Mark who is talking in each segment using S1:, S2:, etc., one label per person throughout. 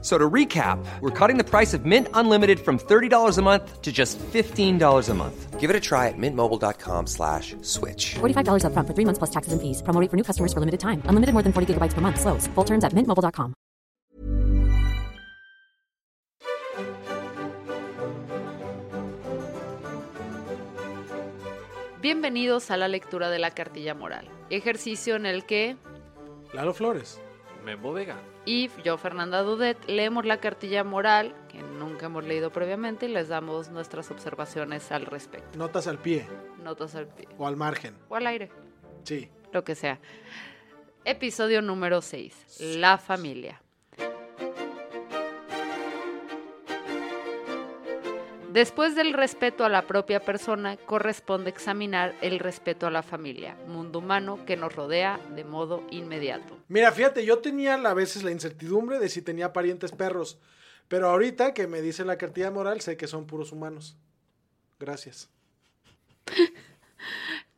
S1: So to recap, we're cutting the price of Mint Unlimited from $30 a month to just $15 a month. Give it a try at mintmobile.com slash switch.
S2: $45 upfront for three months plus taxes and fees. Promo rate for new customers for limited time. Unlimited more than 40 gigabytes per month. Slows. Full terms at mintmobile.com.
S3: Bienvenidos a la lectura de la cartilla moral, ejercicio en el que
S4: Lalo Flores.
S5: Memo Vega.
S3: y yo, Fernanda Dudet, leemos la cartilla moral, que nunca hemos leído previamente, y les damos nuestras observaciones al respecto.
S4: Notas al pie
S3: Notas al pie
S4: o al margen.
S3: o al aire,
S4: Sí.
S3: lo que sea. Episodio número 6, la familia. Después del respeto a la propia persona, corresponde examinar el respeto a la familia, mundo humano que nos rodea de modo inmediato.
S4: Mira, fíjate, yo tenía a veces la incertidumbre de si tenía parientes perros. Pero ahorita que me dice la cartilla moral, sé que son puros humanos. Gracias.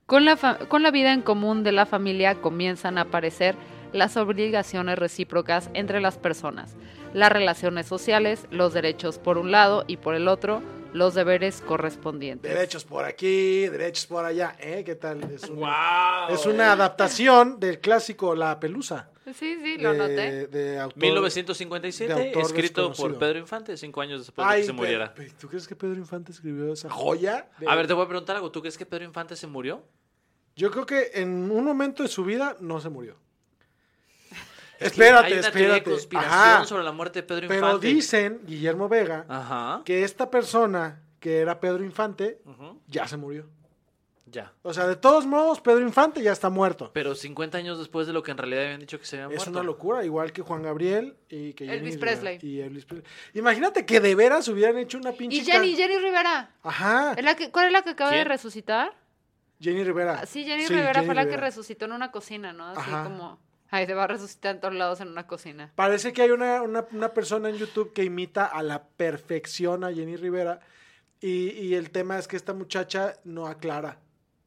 S3: Con la, fa- con la vida en común de la familia comienzan a aparecer las obligaciones recíprocas entre las personas, las relaciones sociales, los derechos por un lado y por el otro, los deberes correspondientes.
S4: Derechos por aquí, derechos por allá. ¿Eh? ¿Qué tal? Es una,
S5: ¡Wow!
S4: es una adaptación del clásico La Pelusa.
S3: Sí, sí, lo
S4: de-
S3: noté.
S4: de autor-
S5: 1957,
S4: de autor
S5: escrito
S4: desconocido.
S5: por Pedro Infante, cinco años después pues, de
S4: Ay,
S5: que se
S4: pe-
S5: muriera.
S4: pe- ¿Tú crees que Pedro Infante escribió esa joya? De-
S5: A ver, te voy a preguntar algo. ¿Tú crees que Pedro Infante se murió?
S4: Yo creo que en un momento de su vida no se murió.
S5: Que
S4: espérate,
S5: Hay una teoría de
S4: espérate.
S5: conspiración
S4: Ajá.
S5: sobre la muerte de Pedro
S4: Pero
S5: Infante. Ah.
S4: dicen, Guillermo Vega,
S5: Ajá.
S4: que esta persona que era Pedro Infante
S5: Ujú.
S4: ya se murió.
S5: Ya.
S4: O sea, de todos modos, Pedro Infante ya está muerto.
S5: Pero 50 años después de lo que en realidad habían dicho que se había
S4: es
S5: muerto.
S4: una locura, igual que Juan Gabriel y que
S3: Elvis
S4: Jenny Rivera
S3: Presley.
S4: Y Elvis Presley. Imagínate que de veras hubieran hecho una pinche.
S3: Y Jenny,
S4: can-
S3: Jenny Rivera.
S4: Ajá,
S3: ¿Es la que- ¿Cuál es la que acaba de
S5: ¿Quién?
S3: resucitar?
S4: Jenny Rivera.
S3: Ah, Sí, Jenny Rivera
S4: Jenny
S3: fue la que
S4: Rivera.
S3: resucitó en una cocina, ¿no? Así
S4: Ajá.
S3: como, ay, se va a resucitar en todos lados en una cocina.
S4: Parece que hay una, una- una persona en YouTube que imita a la perfección a Jenny Rivera. Y, y el tema es que esta muchacha no aclara.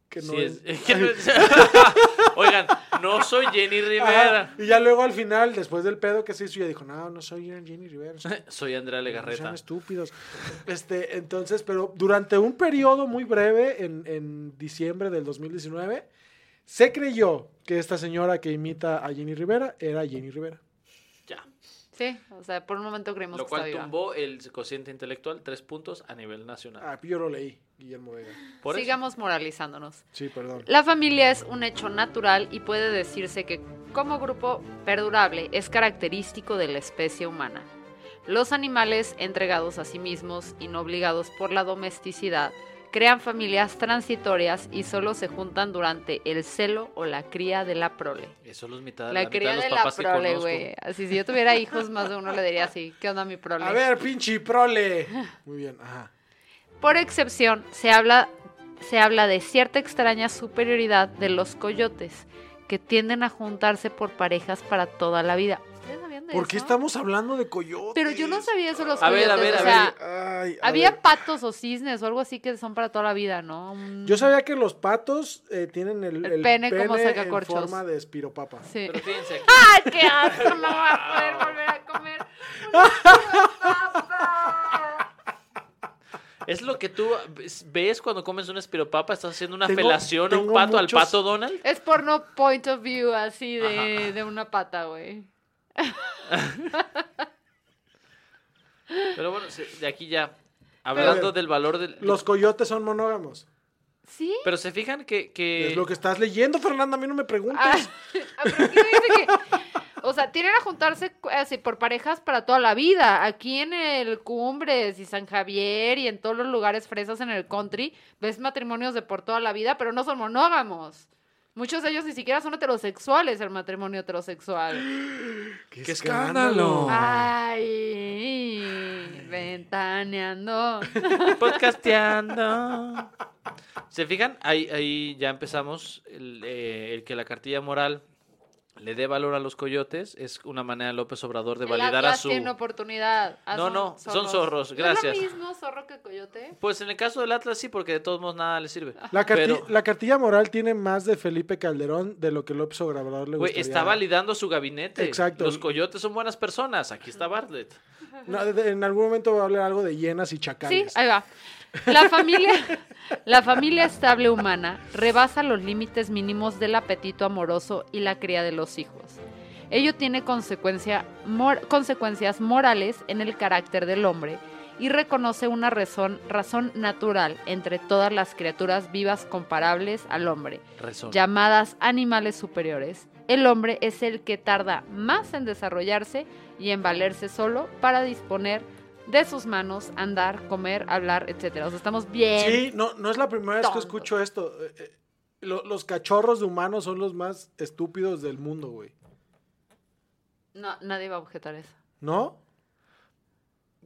S4: Que no
S5: Sí,
S4: es.
S5: es- que no es- Oigan, no soy Jenny Rivera.
S4: Ajá, Y ya luego al final, después del pedo que se hizo, ya dijo, no, no soy Jenny Rivera. son-
S5: Soy Andrea Legarreta.
S4: Son estúpidos. Este, entonces, pero durante un periodo muy breve, en, en diciembre del 2019, se creyó que esta señora que imita a Jenny Rivera era Jenny Rivera.
S5: Ya.
S3: Sí, o sea, por un momento creímos
S5: Lo
S3: que estaba
S5: cual
S3: viva.
S5: tumbó el cociente intelectual tres puntos a nivel nacional.
S4: Ah, yo lo leí, Guillermo Vega.
S5: Por eso.
S3: Sigamos moralizándonos.
S4: Sí, perdón.
S3: La familia es un hecho natural y puede decirse que como grupo perdurable es característico de la especie humana. Los animales entregados a sí mismos y no obligados por la domesticidad crean familias transitorias y solo se juntan durante el celo o la cría de la prole.
S5: Eso es los mitad,
S3: La,
S5: la, mitad
S3: cría
S5: de los
S3: de la
S5: papás que
S3: prole,
S5: conozco.
S3: güey. Así si yo tuviera hijos más de uno le diría así, ¿qué onda mi prole?
S4: A ver, pinche prole. Muy bien, ajá.
S3: Por excepción, se habla, se habla de cierta extraña superioridad de los coyotes, que tienden a juntarse por parejas para toda la vida. ¿Ustedes sabían de
S4: ¿Por qué
S3: eso?
S4: estamos hablando de coyotes?
S3: Pero yo no sabía eso de los
S5: A
S3: coyotes.
S5: ver, a ver,
S3: o
S5: a
S3: sea,
S5: ver.
S4: Ay, a
S3: había
S4: ver.
S3: patos o cisnes o algo así que son para toda la vida, ¿no? Un-
S4: Yo sabía que los patos eh, tienen el,
S3: El
S4: el
S3: pene
S4: pene,
S3: como
S4: en
S3: sacacorchos.
S4: forma de espiropapa.
S3: Sí.
S5: Pero fíjense aquí.
S3: ¡Ay, qué asco! No voy a poder volver a comer una papa.
S5: Es lo que tú ves- ves cuando comes una espiropapa, estás haciendo una
S4: Tengo-
S5: felación a un
S4: tengo
S5: pato,
S4: muchos-
S5: al pato Donald.
S3: Es porno point of view así de, de una pata, güey.
S5: Pero bueno, se- de aquí ya. Hablando del valor del.
S4: Los coyotes son monógamos.
S3: ¿Sí?
S5: Pero se fijan que. que-
S4: Es lo que estás leyendo, Fernanda. A mí no me preguntes.
S3: Ah, pero aquí dice que- o sea, tienen a juntarse cu- así, por parejas para toda la vida. Aquí en el Cumbres y San Javier y en todos los lugares fresas en el country, ves matrimonios de por toda la vida, pero no son monógamos. Muchos de ellos ni siquiera son heterosexuales, el matrimonio heterosexual.
S4: ¡Qué,
S5: escándalo!
S3: Ay, ventaneando.
S5: Podcasteando. ¿Se fijan? Ahí, ahí ya empezamos el, eh, el que la cartilla moral le dé valor a los coyotes, es una manera de López Obrador de
S3: El
S5: validar a
S3: Atlas
S5: su...
S3: tiene oportunidad. Ah,
S5: No, no, son zorros, gracias.
S3: ¿No es lo mismo zorro que coyote?
S5: Pues en el caso del Atlas sí, porque de todos modos nada le sirve.
S4: La, carti-
S5: Pero,
S4: la cartilla moral tiene más de Felipe Calderón de lo que López Obrador le
S5: güey,
S4: gustaría.
S5: está validando su gabinete.
S4: Exacto.
S5: Los coyotes son buenas personas. Aquí está Bartlett.
S4: No, de- de- en algún momento va a hablar algo de hienas y
S3: Sí,
S4: chacales.
S3: ahí va. La familia, la familia estable humana rebasa los límites mínimos del apetito amoroso y la cría de los hijos. Ello tiene consecuencia mor- consecuencias morales en el carácter del hombre y reconoce una razón, razón natural entre todas las criaturas vivas comparables al hombre,
S5: Razón.
S3: llamadas animales superiores. El hombre es el que tarda más en desarrollarse y en valerse solo para disponer de sus manos, andar, comer, hablar, etcétera. O sea, estamos bien.
S4: Sí, no, no es la primera vez que
S3: Tonto.
S4: escucho esto. Eh, eh, lo- los cachorros de humanos son los más estúpidos del mundo, güey.
S3: No, nadie va a objetar eso.
S4: ¿No?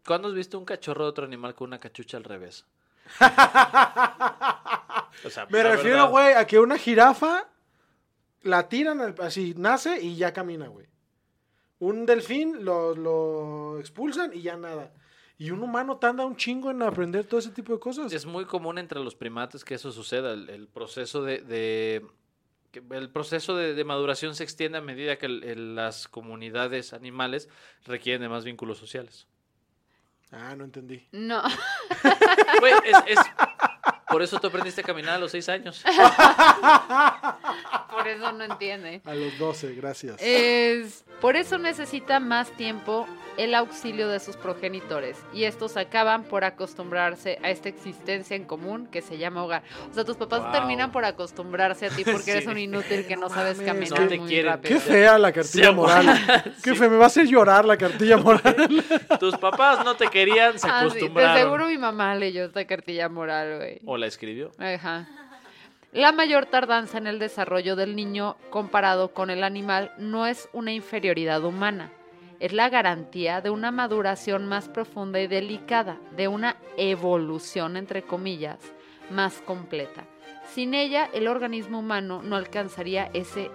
S5: ¿Cuándo has visto un cachorro de otro animal con una cachucha al revés? O sea,
S4: Me
S5: la
S4: refiero,
S5: verdad.
S4: güey, a que una jirafa la tiran al- así, nace y ya camina, güey. Un delfín lo, lo expulsan y ya nada. Y un humano tarda un chingo en aprender todo ese tipo de cosas.
S5: Es muy común entre los primates que eso suceda. El, el proceso de, de- que el proceso de, de maduración se extiende a medida que el- el- las comunidades animales requieren de más vínculos sociales.
S4: Ah, no entendí.
S3: No.
S5: Güey, es- es- por eso tú aprendiste a caminar a los seis años.
S3: Por eso no entiende.
S4: A los 12, gracias.
S3: Eh, Es- por eso necesita más tiempo el auxilio de sus progenitores y estos acaban por acostumbrarse a esta existencia en común que se llama hogar. O sea, tus papás
S5: Wow.
S3: terminan por acostumbrarse a ti porque eres
S5: Sí.
S3: un inútil que no sabes
S4: mames,
S3: caminar
S4: no
S5: te
S3: muy
S5: quieren.
S3: rápido.
S4: Qué fea la cartilla
S5: Sí,
S4: moral. Qué fea, me va a hacer llorar la cartilla moral.
S5: Tus papás no te querían, se
S3: Ah, sí,
S5: acostumbraron.
S3: de seguro mi mamá leyó esta cartilla moral, güey.
S5: O la escribió.
S3: Ajá. La mayor tardanza en el desarrollo del niño comparado con el animal no es una inferioridad humana, es la garantía de una maduración más profunda y delicada, de una evolución, entre comillas, más completa. Sin ella, el organismo humano no alcanzaría ese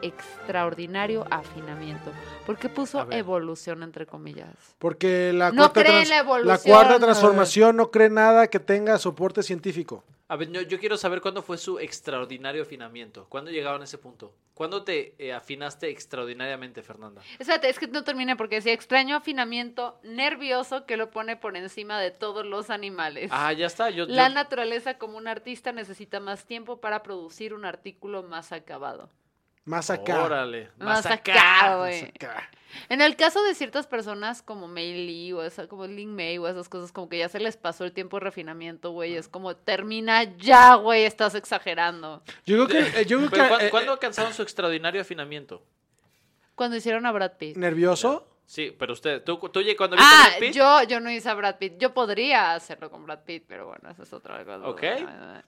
S3: extraordinario afinamiento. ¿Por qué
S5: A
S3: puso
S5: ver.
S3: evolución, entre comillas?
S4: Porque la,
S3: No
S4: cuarta,
S3: cree en
S4: trans-
S3: la
S4: la
S3: evolución,
S4: cuarta
S3: güey.
S4: transformación no cree nada que tenga soporte científico.
S5: A ver, yo, yo quiero saber cuándo fue su extraordinario afinamiento. ¿Cuándo llegaron a ese punto? ¿Cuándo te eh, afinaste extraordinariamente, Fernanda?
S3: Espérate, es que no terminé porque decía extraño afinamiento nervioso que lo pone por encima de todos los animales.
S5: Ah, ya está. Yo, yo-
S3: La naturaleza como un artista necesita más tiempo para producir un artículo más acabado.
S4: Más acá.
S5: Órale.
S3: Más
S5: Más
S3: acá,
S5: acá.
S3: Ah, güey.
S4: Más acá.
S3: En el caso de ciertas personas como Mei Lee o esa, como Lin Mei o esas cosas, como que ya se les pasó el tiempo de refinamiento, güey. Es como, termina ya, güey, estás exagerando.
S4: Yo creo que. eh, Yo creo
S5: Pero,
S4: que,
S5: ¿cuán-
S4: eh,
S5: ¿Cuándo alcanzaron su extraordinario afinamiento?
S3: Cuando hicieron a Brad Pitt.
S4: ¿Nervioso?
S5: Sí, pero usted, tú, tú oye, cuando viste
S3: Ah,
S5: Brad Pitt?
S3: yo, yo no hice a Brad Pitt. Yo podría hacerlo con Brad Pitt, pero bueno, eso es otra cosa.
S5: Ok.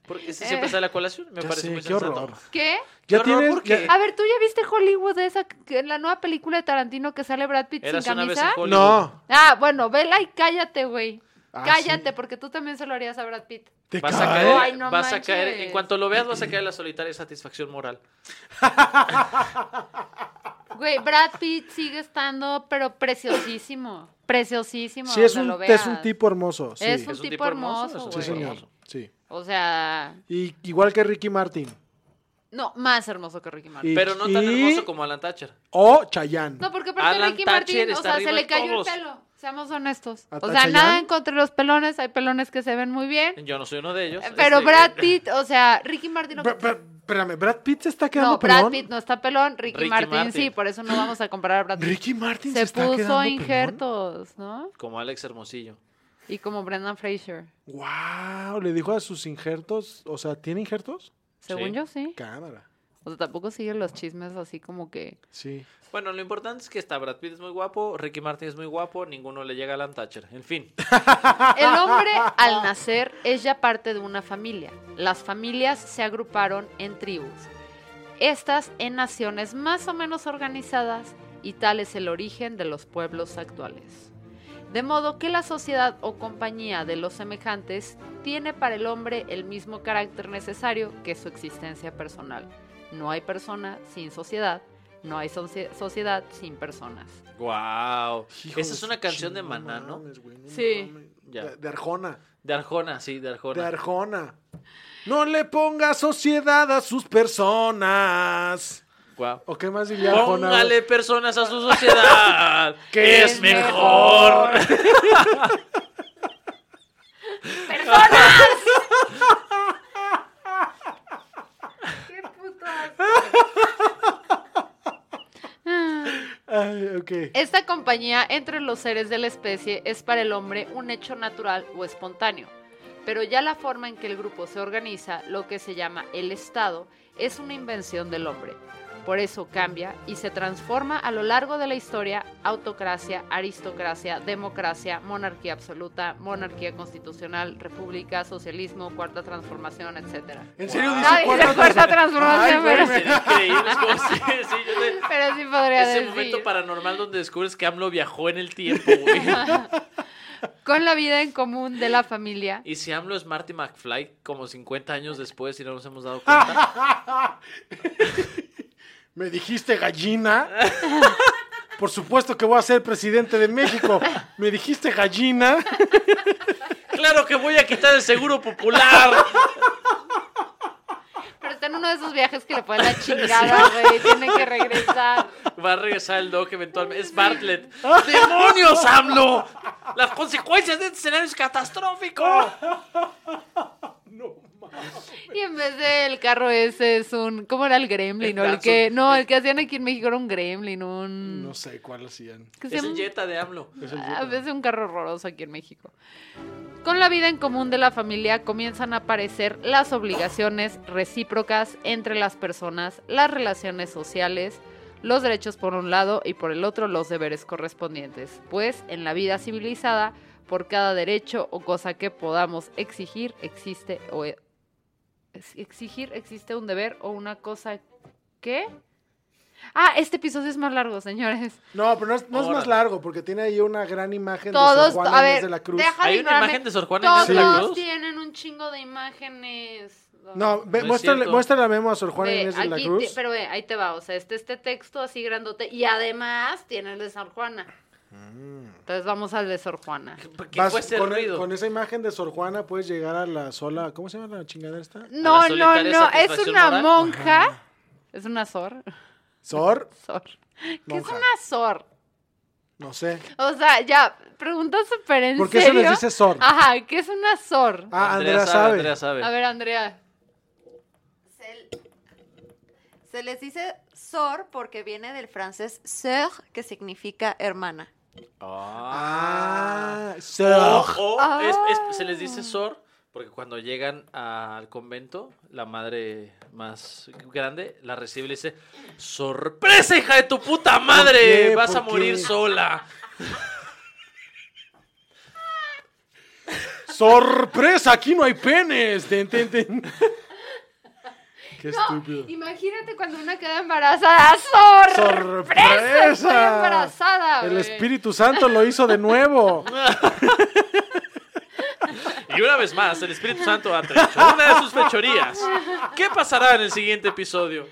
S5: Porque ese siempre
S3: Eh.
S5: sale a colación. Me
S4: Ya
S5: parece
S4: sé,
S5: muy
S4: qué
S5: sensato.
S4: horror.
S3: ¿Qué?
S5: Qué Ah,
S4: Ya
S5: horror,
S4: tienes.
S5: porque-
S4: ya-
S3: A ver, ¿tú ya viste Hollywood esa, que- la nueva película de Tarantino que sale Brad Pitt
S5: Eras
S3: sin
S5: una vez en
S3: camisa?
S5: Hollywood.
S4: No.
S3: Ah, bueno, vela y cállate, güey.
S4: Ah,
S3: cállate,
S4: sí.
S3: porque tú también se lo harías a Brad Pitt.
S4: Te
S5: Vas a
S4: cae.
S5: caer,
S3: Ay, no
S5: vas a caer. En
S3: manches.
S5: cuanto lo veas, vas a caer en la solitaria satisfacción moral.
S3: Güey, Brad Pitt sigue estando, pero preciosísimo. Preciosísimo.
S4: Sí, es
S3: donde
S4: un,
S3: lo
S4: es un
S3: veas.
S4: tipo hermoso. Sí,
S3: Es
S5: Es un
S3: tipo
S5: tipo hermoso.
S3: hermoso,
S5: es
S4: sí
S5: un
S3: güey.
S4: señor.
S5: tipo hermoso.
S4: Sí.
S3: O sea,
S4: Y, igual que Ricky Martin.
S3: no, más hermoso que Ricky Martin.
S4: Y-
S5: Pero no tan
S4: y-
S5: hermoso como Alan Thatcher.
S4: O Chayanne.
S3: No, porque aparte
S5: Alan
S3: Ricky
S5: Thatcher
S3: Martin, o
S5: está
S3: sea,
S5: arriba
S3: se
S5: de
S3: le cayó
S5: todos.
S3: el pelo. Seamos honestos. O
S4: ¿A- a
S3: sea, nada
S4: Chayanne?
S3: en contra de los pelones. Hay pelones que se ven muy bien.
S5: Yo no soy uno de ellos.
S3: Pero
S5: Este,
S3: Brad Pitt, o sea, Ricky Martin...
S4: Bra- bra- espérame, ¿Brad Pitt se está quedando
S3: No, Brad
S4: pelón?
S3: Pitt no está pelón, Ricky,
S5: Ricky
S3: Martin,
S5: Martin.
S3: sí, por eso no vamos a comparar a Brad Pitt.
S4: Ricky Martin se,
S3: se
S4: está
S3: puso
S4: quedando
S3: injertos, ¿no?
S5: Como Alex Hermosillo.
S3: Y como Brendan Fraser.
S4: Wow, le dijo a sus injertos, o sea, ¿tiene injertos?
S3: Según
S5: Sí.
S3: yo, sí.
S4: Cámara.
S3: O sea, tampoco siguen los chismes así como que...
S4: Sí.
S5: Bueno, lo importante es que está Brad Pitt es muy guapo, Ricky Martin es muy guapo, ninguno le llega a Alan Thatcher. En fin.
S3: El hombre, al nacer, es ya parte de una familia. Las familias se agruparon en tribus. Estas en naciones más o menos organizadas y tal es el origen de los pueblos actuales. De modo que la sociedad o compañía de los semejantes tiene para el hombre el mismo carácter necesario que su existencia personal. No hay persona sin sociedad, No hay socie- sociedad sin personas.
S5: Wow.
S4: Hijo
S5: Esa es
S4: su
S5: una canción de
S4: chingada
S5: Maná, ¿no?
S4: mames, güey, no
S3: Sí.
S4: mames.
S5: Ya.
S4: De, de Arjona.
S5: De Arjona, sí, de Arjona.
S4: De Arjona. No le ponga sociedad a sus personas.
S5: Guau.
S4: ¿O qué más diría Oh, Arjona? güey?
S5: Póngale personas a su sociedad.
S4: Que
S5: que
S4: es
S5: es mejor.
S3: ¡Personas! ¡Qué puto
S4: Ay, ok.
S3: Esta compañía entre los seres de la especie es para el hombre un hecho natural o espontáneo, pero ya la forma en que el grupo se organiza, lo que se llama el Estado, es una invención del hombre. Por eso cambia y se transforma a lo largo de la historia autocracia, aristocracia, democracia, monarquía absoluta, monarquía constitucional, república, socialismo, cuarta transformación, etc.
S4: ¿En serio dice
S3: Ay,
S4: cuarta
S3: la cuarta
S4: Ay,
S3: transformación,
S4: güey,
S3: pero,
S5: Es increíble, es como si- sí, yo sé.
S3: pero sí podría
S5: Ese
S3: decir.
S5: momento paranormal donde descubres que AMLO viajó en el tiempo, güey.
S3: Con la vida en común de la familia,
S5: Y si AMLO es Marty McFly, como 50 años después, y no nos hemos dado cuenta.
S4: Me dijiste gallina. Por supuesto que voy a ser presidente de México. Me dijiste gallina.
S5: ¡Claro que voy a quitar el seguro popular!
S3: Pero está en uno de esos viajes que le ponen la chingada, güey. Tiene que regresar.
S5: Va a regresar el Doc eventualmente. ¡Es Bartlett! ¡Demonios, AMLO! ¡Las consecuencias de este escenario es catastrófico!
S3: Ah. Y en vez del carro ese es un. ¿Cómo era el gremlin?
S5: El
S3: ¿no? El
S5: Datsun.
S3: que, no, el que hacían aquí en México era un gremlin, un.
S4: No sé cuál hacían.
S3: ¿qué se
S5: Es el
S3: llama?
S5: Jetta de AMLO.
S3: A veces Ah, pues, un carro horroroso aquí en México. Con la vida en común de la familia comienzan a aparecer las obligaciones recíprocas entre las personas, las relaciones sociales, los derechos por un lado y por el otro los deberes correspondientes. Pues en la vida civilizada, por cada derecho o cosa que podamos exigir, existe o e- ex- exigir existe un deber o una cosa que Ah, este episodio es más largo, señores.
S4: No, pero no es, no es
S5: Ahora.
S4: más largo porque tiene ahí una gran imagen de
S3: Todos,
S4: Sor Juana
S3: a
S4: Inés
S3: ver,
S4: de la Cruz.
S3: deja de
S5: Hay una
S3: ignorarme.
S5: imagen de Sor Juana
S3: Todos
S5: Inés de la Cruz.
S3: tienen un chingo de imágenes.
S4: No, ve-
S5: No es
S4: muéstrale,
S5: cierto.
S4: muéstrale la memo a Sor Juana
S3: Ve,
S4: Inés de la
S3: aquí
S4: Cruz.
S3: te- pero ve, ahí te va, o sea, este, este texto así grandote. Y además tiene el de Sor Juana.
S4: Mm.
S3: Entonces vamos al de Sor Juana.
S5: ¿Qué
S4: Vas-
S5: fue ese
S4: con, e-
S5: ruido?
S4: con esa imagen de Sor Juana puedes llegar a la sola. ¿Cómo se llama la chingada esta?
S3: No, no,
S5: solitaria
S3: no, es
S5: satisfacción
S3: una
S5: moral?
S3: monja. Es una sor.
S4: Sor,
S3: Sor. ¿Qué es
S4: Monja.
S3: una sor?
S4: no sé.
S3: O sea, ya, pregunta súper en
S4: ¿Por qué se
S3: serio. Ah.
S4: les dice sor?
S3: Ajá, ¿qué es una sor?
S4: Ah, Andrea sabe.
S5: Andrea sabe.
S3: A ver, Andrea.
S6: Se, se les dice sor porque viene del francés sœur, que significa hermana.
S5: Ah.
S4: Ah,
S5: O,
S4: sor.
S5: o es-
S3: Ah.
S5: es- se les dice Sor, porque cuando llegan al convento, la madre más grande la recibe y le dice: ¡Sorpresa, hija de tu puta
S4: ¿Por
S5: madre!
S4: qué?
S5: ¡Vas a
S4: ¿Por
S5: morir
S4: qué?
S5: sola!
S4: ¡Sorpresa! ¡Aquí no hay penes! Ten, ten, ten. Qué
S3: No,
S4: estúpido.
S3: imagínate cuando una queda embarazada. ¡Sorpresa!
S4: ¡Sorpresa!
S3: Estoy embarazada,
S4: El
S3: güey.
S4: Espíritu Santo lo hizo de nuevo.
S5: Y una vez más, el Espíritu Santo ha hecho una de sus fechorías. ¿Qué pasará en el siguiente episodio?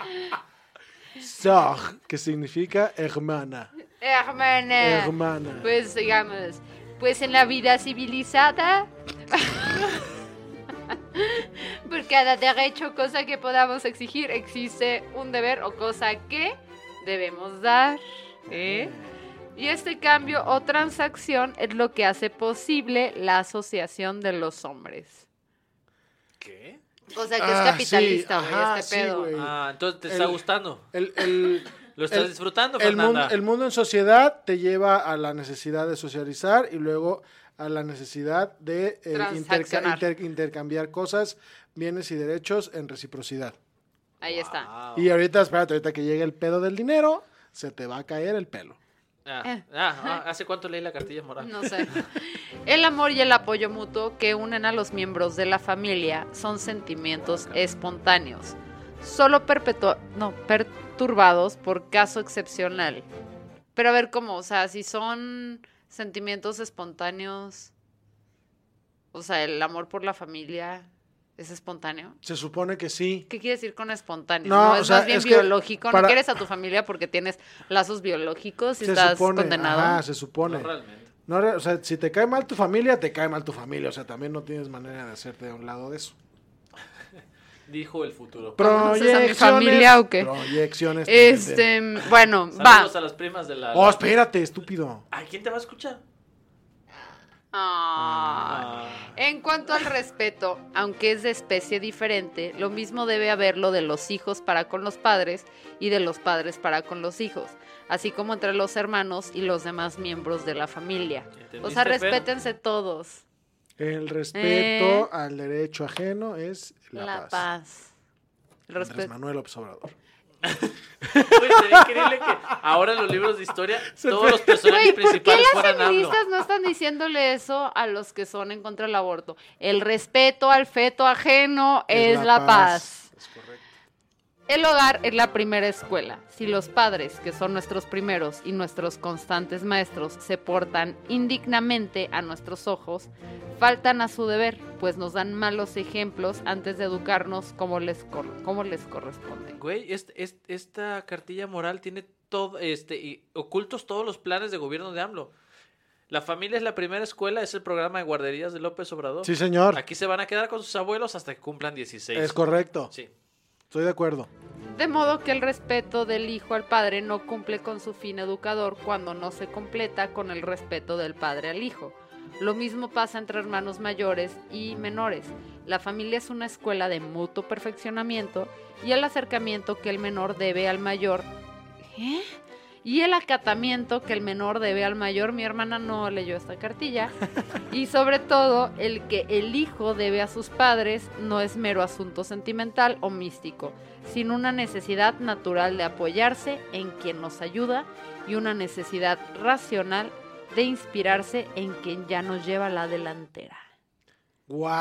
S4: Sor, que significa hermana.
S3: Hermana.
S4: Hermana.
S3: Pues digamos, pues en la vida civilizada, por cada derecho, cosa que podamos exigir, existe un deber o cosa que debemos dar. ¿eh? Y este cambio o transacción es lo que hace posible la asociación de los hombres.
S5: ¿Qué?
S3: O sea, que es
S4: Ah, sí,
S3: capitalista, güey,
S4: ajá,
S3: este
S4: sí,
S3: pedo.
S4: güey.
S5: Ah, entonces te está
S4: El-
S5: gustando.
S4: El, el-
S5: Lo estás
S4: el-
S5: disfrutando,
S4: el mundo,
S5: Fernanda.
S4: el mundo en sociedad te lleva a la necesidad de socializar y luego a la necesidad de eh, interca-
S3: Transaccionar.
S4: inter- intercambiar cosas, bienes y derechos en reciprocidad.
S3: Ahí está.
S5: Ah,
S4: Y ahorita, espérate, ahorita que llegue el pedo del dinero, se te va a caer el pelo.
S5: ah, ah, ah, ¿Hace cuánto leí la cartilla moral?
S3: Eh. No sé. El amor y el apoyo mutuo que unen a los miembros de la familia son sentimientos espontáneos, solo perpetua- no, perturbados por caso excepcional. Pero a ver cómo, o sea, si son sentimientos espontáneos, o sea, el amor por la familia, ¿Es espontáneo?
S4: Se supone que sí.
S3: ¿Qué quiere decir con espontáneo?
S4: No,
S3: No,
S4: o
S3: es
S4: sea,
S3: más bien
S4: es que
S3: biológico.
S4: para-
S3: No quieres a tu familia porque tienes lazos biológicos y
S4: se
S3: estás
S4: supone.
S3: condenado.
S4: Ajá, se supone.
S5: No, realmente.
S4: No, re- o sea, si te cae mal tu familia, te cae mal tu familia. O sea, también no tienes manera de hacerte a un lado de eso.
S5: Dijo el futuro.
S3: ¿Conoces a mi
S4: Proyecciones.
S3: familia o qué?
S4: Proyecciones.
S3: este, bueno, va.
S5: Saludos a las primas de la.
S4: Oh, espérate, estúpido.
S5: ¿A quién te va a escuchar?
S3: Ah. En cuanto al respeto, aunque es de especie diferente, lo mismo debe haberlo de los hijos para con los padres y de los padres para con los hijos, así como entre los hermanos y los demás miembros de la familia. O sea,
S5: ¿Entendiste, Fer?
S3: respétense todos.
S4: El respeto
S3: Eh.
S4: al derecho ajeno es la,
S3: La
S4: paz.
S3: paz. El
S4: Andrés
S3: respeto.
S4: Manuel López Obrador.
S5: Güey, sería increíble que ahora en los libros de historia todos los personajes
S3: Güey, ¿por qué
S5: principales
S3: las
S5: fueran AMLO.
S3: feministas no están diciéndole eso a los que son en contra del aborto? El respeto al feto ajeno es, la, paz.
S4: Es correcto.
S3: El hogar es la primera escuela. Si los padres, que son nuestros primeros y nuestros constantes maestros, se portan indignamente a nuestros ojos, faltan a su deber, pues nos dan malos ejemplos antes de educarnos como les, cor- como les corresponde.
S5: Güey, este- este- esta cartilla moral tiene todo, este, y ocultos todos los planes de gobierno de AMLO. La familia es la primera escuela, es el programa de guarderías de López Obrador.
S4: Sí, señor.
S5: Aquí se van a quedar con sus abuelos hasta que cumplan 16.
S4: Es correcto.
S5: Sí.
S4: Estoy de acuerdo.
S3: De modo que el respeto del hijo al padre no cumple con su fin educador cuando no se completa con el respeto del padre al hijo. Lo mismo pasa entre hermanos mayores y menores. La familia es una escuela de mutuo perfeccionamiento y el acercamiento que el menor debe al mayor. ¿Eh? Y el acatamiento que el menor debe al mayor. Mi hermana no leyó esta cartilla. Y sobre todo, el que el hijo debe a sus padres no es mero asunto sentimental o místico, sino una necesidad natural de apoyarse en quien nos ayuda y una necesidad racional de inspirarse en quien ya nos lleva la delantera.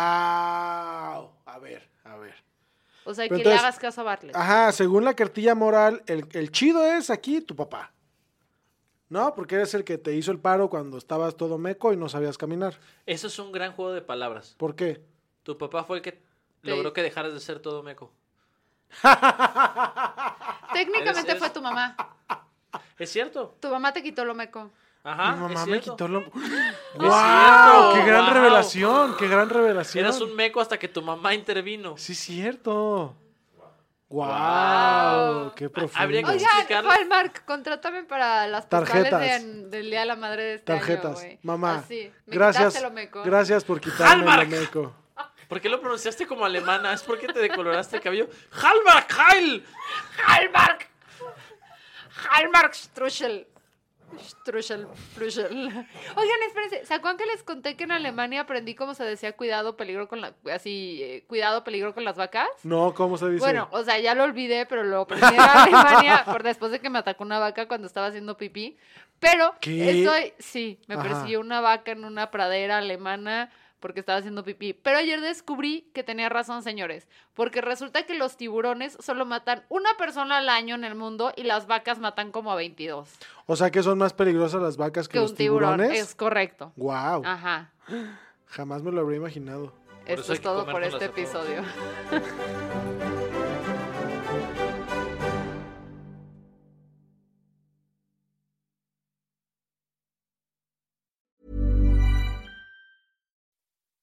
S4: ¡Wow! A ver, a ver.
S3: O sea, que
S4: Pero
S3: le
S4: entonces- ah,
S3: hagas caso a Bartlett.
S4: Ajá, según la cartilla moral, el, el chido es aquí tu papá. No, porque eres el que te hizo el paro cuando estabas todo meco y no sabías caminar.
S5: Eso es un gran juego de palabras.
S4: ¿Por qué?
S5: Tu papá fue el que logró que dejaras de ser todo meco.
S3: Técnicamente
S5: Eres-
S3: fue
S5: eres-
S3: tu mamá.
S5: ¿Es cierto?
S3: Tu mamá te quitó lo meco.
S5: Ajá,
S4: Mi
S5: Ah, es
S4: mamá me
S5: cierto.
S4: quitó lo... ¡Wow!
S5: cierto,
S4: ¡Qué gran
S5: wow.
S4: revelación! ¡Qué gran revelación!
S5: Eras un meco hasta que tu mamá intervino.
S4: Sí, cierto. ¡Wow!
S5: Guau.
S4: ¡Qué
S5: Habría
S4: profundo!
S5: que-
S3: Oigan,
S5: explicarle?
S3: Hallmark, contrátame para las tarjetas
S4: Pues, Tarjetas.
S3: del Día de la Madre de este año,
S4: Tarjetas.
S3: güey.
S4: Mamá,
S3: Así, me
S4: gracias,
S3: quitaste lo meco.
S4: gracias por quitarme
S5: ¡Hallmark!
S4: lo meco.
S5: ¿Por qué lo pronunciaste como alemana? ¿Es porque te decoloraste el cabello? ¡Hallmark! ¡Heil!
S3: Hallmark. Hallmark Struschel. Struschel, Struschel. Oigan, espérense, ¿se acuerdan que les conté que en Alemania aprendí cómo se decía cuidado, peligro con la así, eh, cuidado, peligro con las vacas?
S4: No, ¿cómo se dice?
S3: Bueno, o sea, ya lo olvidé, pero lo aprendí en Alemania por después de que me atacó una vaca cuando estaba haciendo pipí. Pero
S4: ¿Qué?
S3: estoy, sí, me
S4: Ajá.
S3: persiguió una vaca en una pradera alemana porque estaba haciendo pipí. Pero ayer descubrí que tenía razón, señores, porque resulta que los tiburones solo matan una persona al año en el mundo y las vacas matan como a 22.
S4: o sea que son más peligrosas las vacas que,
S3: Que
S4: los
S3: un tiburón, es Ah.
S4: tiburones.
S3: correcto.
S4: ¡Wow!
S3: Ajá.
S4: Jamás me lo habría imaginado.
S5: eso
S3: Esto
S5: hay
S3: es
S5: que
S3: todo por
S5: comérnoslas
S3: este
S5: a todas.
S3: episodio.